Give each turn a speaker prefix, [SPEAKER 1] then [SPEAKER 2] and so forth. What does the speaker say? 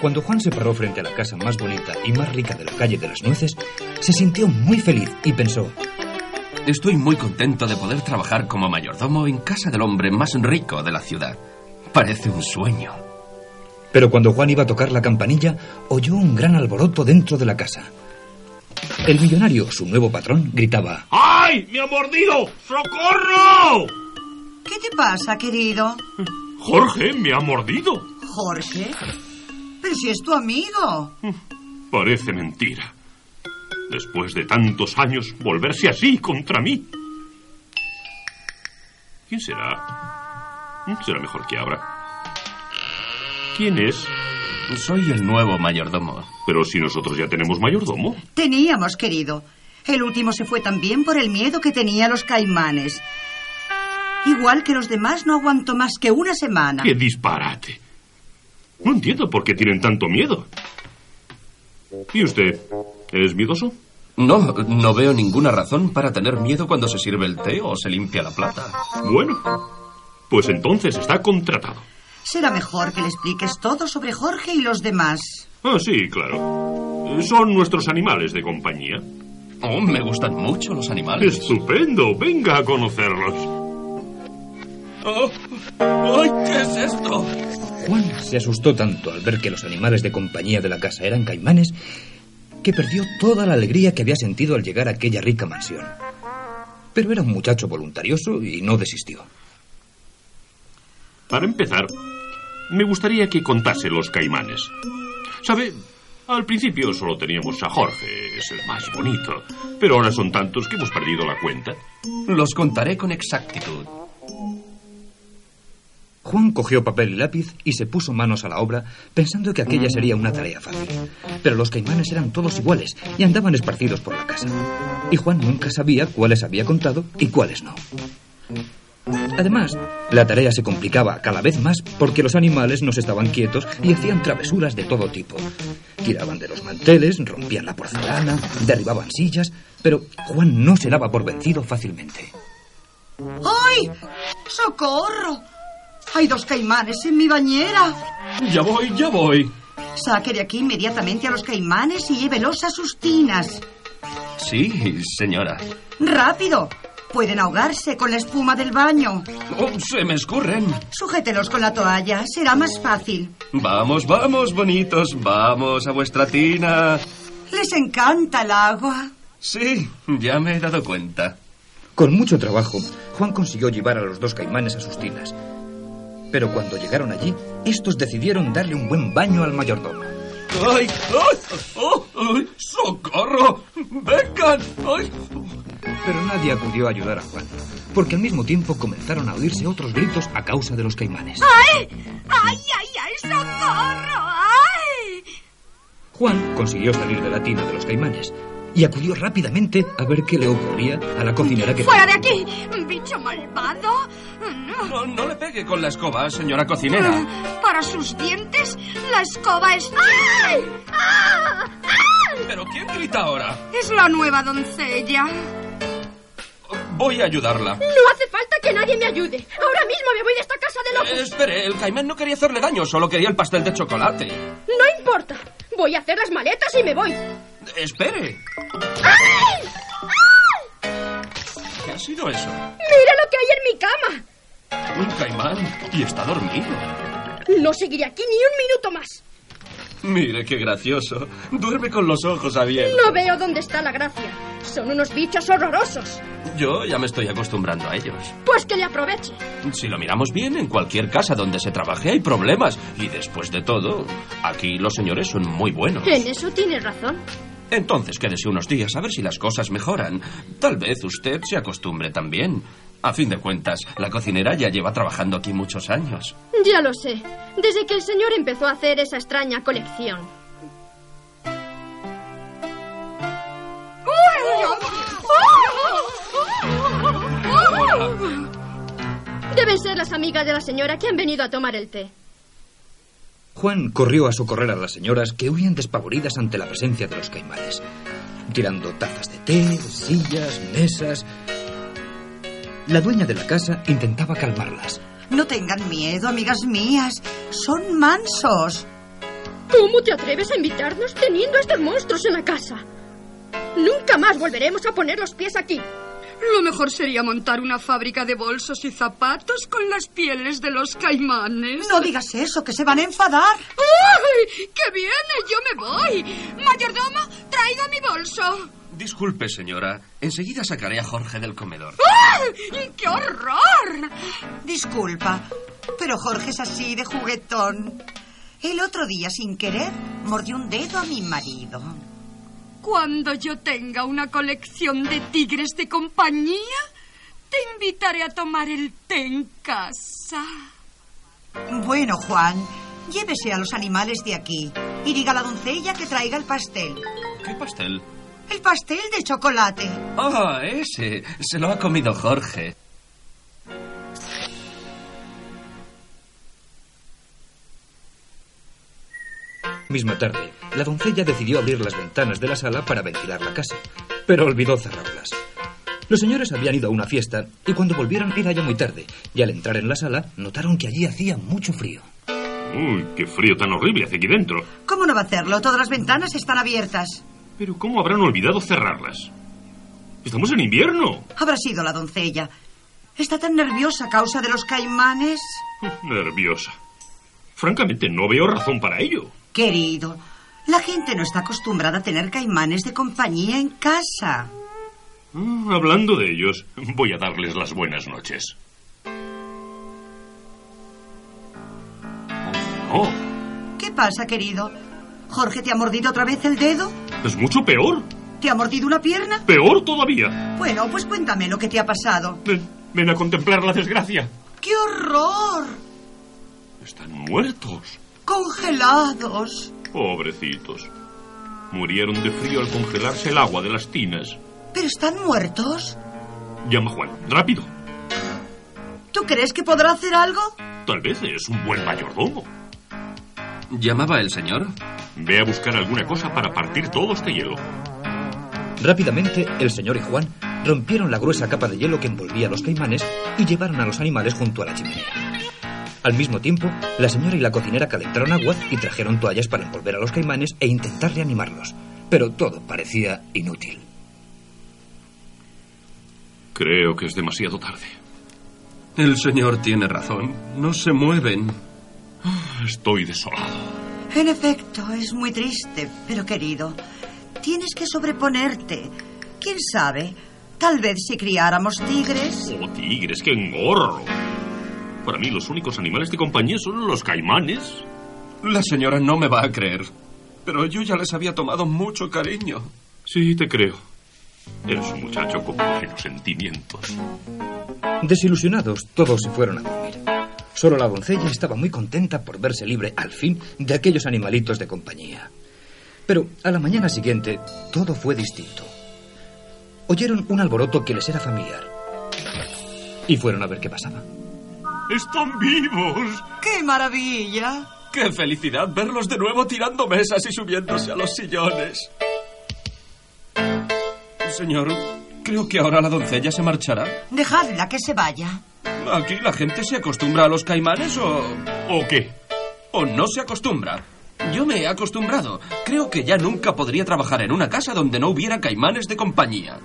[SPEAKER 1] Cuando Juan se paró frente a la casa más bonita y más rica de la calle de las nueces, se sintió muy feliz y pensó,
[SPEAKER 2] Estoy muy contento de poder trabajar como mayordomo en casa del hombre más rico de la ciudad. Parece un sueño.
[SPEAKER 1] Pero cuando Juan iba a tocar la campanilla, oyó un gran alboroto dentro de la casa. El millonario, su nuevo patrón, gritaba,
[SPEAKER 3] ¡Ay! ¡Me ha mordido! ¡Socorro!
[SPEAKER 4] ¿Qué te pasa, querido?
[SPEAKER 3] Jorge, me ha mordido.
[SPEAKER 4] ¿Jorge? Pero si es tu amigo.
[SPEAKER 3] Parece mentira. Después de tantos años, volverse así contra mí. ¿Quién será? Será mejor que abra. ¿Quién es?
[SPEAKER 2] Soy el nuevo mayordomo.
[SPEAKER 3] Pero si nosotros ya tenemos mayordomo.
[SPEAKER 4] Teníamos, querido. El último se fue también por el miedo que tenía a los caimanes. Igual que los demás, no aguanto más que una semana.
[SPEAKER 3] ¡Qué disparate! No entiendo por qué tienen tanto miedo. ¿Y usted? ¿Es miedoso?
[SPEAKER 2] No, no veo ninguna razón para tener miedo cuando se sirve el té o se limpia la plata.
[SPEAKER 3] Bueno, pues entonces está contratado.
[SPEAKER 4] Será mejor que le expliques todo sobre Jorge y los demás.
[SPEAKER 3] Ah, sí, claro. Son nuestros animales de compañía.
[SPEAKER 2] Oh, me gustan mucho los animales.
[SPEAKER 3] Estupendo, venga a conocerlos.
[SPEAKER 5] Oh, ¡Ay, qué es esto!
[SPEAKER 1] Juan se asustó tanto al ver que los animales de compañía de la casa eran caimanes que perdió toda la alegría que había sentido al llegar a aquella rica mansión. Pero era un muchacho voluntarioso y no desistió.
[SPEAKER 3] Para empezar, me gustaría que contase los caimanes. ¿Sabe? Al principio solo teníamos a Jorge, es el más bonito, pero ahora son tantos que hemos perdido la cuenta.
[SPEAKER 2] Los contaré con exactitud.
[SPEAKER 1] Juan cogió papel y lápiz y se puso manos a la obra, pensando que aquella sería una tarea fácil. Pero los caimanes eran todos iguales y andaban esparcidos por la casa. Y Juan nunca sabía cuáles había contado y cuáles no. Además, la tarea se complicaba cada vez más porque los animales no se estaban quietos y hacían travesuras de todo tipo. Tiraban de los manteles, rompían la porcelana, derribaban sillas, pero Juan no se daba por vencido fácilmente.
[SPEAKER 4] ¡Ay! ¡Socorro! Hay dos caimanes en mi bañera.
[SPEAKER 5] Ya voy, ya voy.
[SPEAKER 4] Saque de aquí inmediatamente a los caimanes y llévelos a sus tinas.
[SPEAKER 2] Sí, señora.
[SPEAKER 4] ¡Rápido! Pueden ahogarse con la espuma del baño.
[SPEAKER 2] Oh, se me escurren.
[SPEAKER 4] Sujételos con la toalla, será más fácil.
[SPEAKER 2] Vamos, vamos, bonitos, vamos a vuestra tina.
[SPEAKER 4] Les encanta el agua.
[SPEAKER 2] Sí, ya me he dado cuenta.
[SPEAKER 1] Con mucho trabajo, Juan consiguió llevar a los dos caimanes a sus tinas. Pero cuando llegaron allí, estos decidieron darle un buen baño al mayordomo.
[SPEAKER 5] ¡Ay! ¡Ay! ¡Oh! ¡Ay! ¡Socorro! ¡Vengan! ¡Ay!
[SPEAKER 1] Pero nadie acudió a ayudar a Juan, porque al mismo tiempo comenzaron a oírse otros gritos a causa de los caimanes.
[SPEAKER 6] ¡Ay! ¡Ay, ay, ay! ¡Socorro! ¡Ay!
[SPEAKER 1] Juan consiguió salir de la tina de los caimanes y acudió rápidamente a ver qué le ocurría a la cocinera que...
[SPEAKER 6] ¡Fuera de aquí! ¡Bicho malvado!
[SPEAKER 2] No, no le pegue con la escoba, señora cocinera.
[SPEAKER 6] Para sus dientes, la escoba es... ¡Ay! ¡Ah! ¡Ah!
[SPEAKER 5] ¿Pero quién grita ahora?
[SPEAKER 6] Es la nueva doncella.
[SPEAKER 2] Voy a ayudarla.
[SPEAKER 7] No hace falta que nadie me ayude. Ahora mismo me voy de esta casa de locos.
[SPEAKER 2] Eh, espere, el caimán no quería hacerle daño, solo quería el pastel de chocolate.
[SPEAKER 7] No importa. Voy a hacer las maletas y me voy.
[SPEAKER 2] Espere.
[SPEAKER 7] ¡Ay!
[SPEAKER 2] ¿Qué ha sido eso?
[SPEAKER 7] ¡Mira lo que hay en mi cama!
[SPEAKER 2] Un caimán y está dormido.
[SPEAKER 7] No seguiré aquí ni un minuto más.
[SPEAKER 2] Mire qué gracioso. Duerme con los ojos abiertos.
[SPEAKER 7] No veo dónde está la gracia. Son unos bichos horrorosos.
[SPEAKER 2] Yo ya me estoy acostumbrando a ellos.
[SPEAKER 7] Pues que le aproveche.
[SPEAKER 2] Si lo miramos bien, en cualquier casa donde se trabaje hay problemas. Y después de todo, aquí los señores son muy buenos.
[SPEAKER 7] En eso tienes razón.
[SPEAKER 2] Entonces quédese unos días a ver si las cosas mejoran. Tal vez usted se acostumbre también. A fin de cuentas, la cocinera ya lleva trabajando aquí muchos años.
[SPEAKER 7] Ya lo sé, desde que el señor empezó a hacer esa extraña colección. Deben ser las amigas de la señora que han venido a tomar el té.
[SPEAKER 1] Juan corrió a socorrer a las señoras que huían despavoridas ante la presencia de los caimanes, tirando tazas de té, sillas, mesas. La dueña de la casa intentaba calmarlas.
[SPEAKER 4] No tengan miedo, amigas mías. Son mansos.
[SPEAKER 7] ¿Cómo te atreves a invitarnos teniendo a estos monstruos en la casa? Nunca más volveremos a poner los pies aquí.
[SPEAKER 8] Lo mejor sería montar una fábrica de bolsos y zapatos con las pieles de los caimanes.
[SPEAKER 4] No digas eso, que se van a enfadar.
[SPEAKER 8] ¡Uy! ¡Que viene! ¡Yo me voy! ¡Mayordomo, traiga mi bolso!
[SPEAKER 2] Disculpe, señora. Enseguida sacaré a Jorge del comedor.
[SPEAKER 8] ¡Uy! ¡Qué horror!
[SPEAKER 4] Disculpa, pero Jorge es así de juguetón. El otro día, sin querer, mordió un dedo a mi marido.
[SPEAKER 8] Cuando yo tenga una colección de tigres de compañía, te invitaré a tomar el té en casa.
[SPEAKER 4] Bueno, Juan, llévese a los animales de aquí y diga a la doncella que traiga el pastel.
[SPEAKER 2] ¿Qué pastel?
[SPEAKER 4] El pastel de chocolate.
[SPEAKER 2] Ah, ese. Se lo ha comido Jorge.
[SPEAKER 1] Misma tarde, la doncella decidió abrir las ventanas de la sala para ventilar la casa, pero olvidó cerrarlas. Los señores habían ido a una fiesta y cuando volvieron era ya muy tarde, y al entrar en la sala notaron que allí hacía mucho frío.
[SPEAKER 3] Uy, qué frío tan horrible hace aquí dentro.
[SPEAKER 4] ¿Cómo no va a hacerlo? Todas las ventanas están abiertas.
[SPEAKER 3] Pero ¿cómo habrán olvidado cerrarlas? Estamos en invierno.
[SPEAKER 4] Habrá sido la doncella. Está tan nerviosa a causa de los caimanes.
[SPEAKER 3] Nerviosa. Francamente, no veo razón para ello.
[SPEAKER 4] Querido, la gente no está acostumbrada a tener caimanes de compañía en casa.
[SPEAKER 3] Mm, hablando de ellos, voy a darles las buenas noches. Oh, no,
[SPEAKER 4] ¿Qué pasa, querido? ¿Jorge te ha mordido otra vez el dedo?
[SPEAKER 3] es mucho peor.
[SPEAKER 4] ¿Te ha mordido una pierna?
[SPEAKER 3] Peor todavía.
[SPEAKER 4] Bueno, pues cuéntame lo que te ha pasado.
[SPEAKER 3] Ven, ven a contemplar la desgracia.
[SPEAKER 4] ¡Qué horror!
[SPEAKER 3] Están muertos.
[SPEAKER 4] Congelados.
[SPEAKER 3] Pobrecitos. Murieron de frío al congelarse el agua de las tinas.
[SPEAKER 4] ¿Pero están muertos?
[SPEAKER 3] Llama a Juan, rápido.
[SPEAKER 4] ¿Tú crees que podrá hacer algo?
[SPEAKER 3] Tal vez es un buen mayordomo.
[SPEAKER 2] ¿Llamaba el señor?
[SPEAKER 3] Ve a buscar alguna cosa para partir todo este hielo.
[SPEAKER 1] Rápidamente, el señor y Juan rompieron la gruesa capa de hielo que envolvía a los caimanes y llevaron a los animales junto a la chimenea. Al mismo tiempo, la señora y la cocinera calentaron agua y trajeron toallas para envolver a los caimanes e intentar reanimarlos. Pero todo parecía inútil.
[SPEAKER 3] Creo que es demasiado tarde.
[SPEAKER 2] El señor tiene razón. No se mueven.
[SPEAKER 3] Estoy desolado.
[SPEAKER 4] En efecto, es muy triste, pero querido, tienes que sobreponerte. ¿Quién sabe? Tal vez si criáramos tigres.
[SPEAKER 3] Oh, tigres, qué engorro. Para mí los únicos animales de compañía son los caimanes.
[SPEAKER 2] La señora no me va a creer. Pero yo ya les había tomado mucho cariño.
[SPEAKER 3] Sí, te creo. Eres un muchacho con buenos sentimientos.
[SPEAKER 1] Desilusionados, todos se fueron a dormir. Solo la doncella estaba muy contenta por verse libre, al fin, de aquellos animalitos de compañía. Pero a la mañana siguiente, todo fue distinto. Oyeron un alboroto que les era familiar. Y fueron a ver qué pasaba.
[SPEAKER 3] ¡Están vivos!
[SPEAKER 4] ¡Qué maravilla!
[SPEAKER 5] ¡Qué felicidad verlos de nuevo tirando mesas y subiéndose a los sillones!
[SPEAKER 2] Señor, creo que ahora la doncella se marchará.
[SPEAKER 4] Dejadla que se vaya.
[SPEAKER 2] Aquí la gente se acostumbra a los caimanes o...
[SPEAKER 3] ¿O qué?
[SPEAKER 2] o no se acostumbra. Yo me he acostumbrado. Creo que ya nunca podría trabajar en una casa donde no hubiera caimanes de compañía.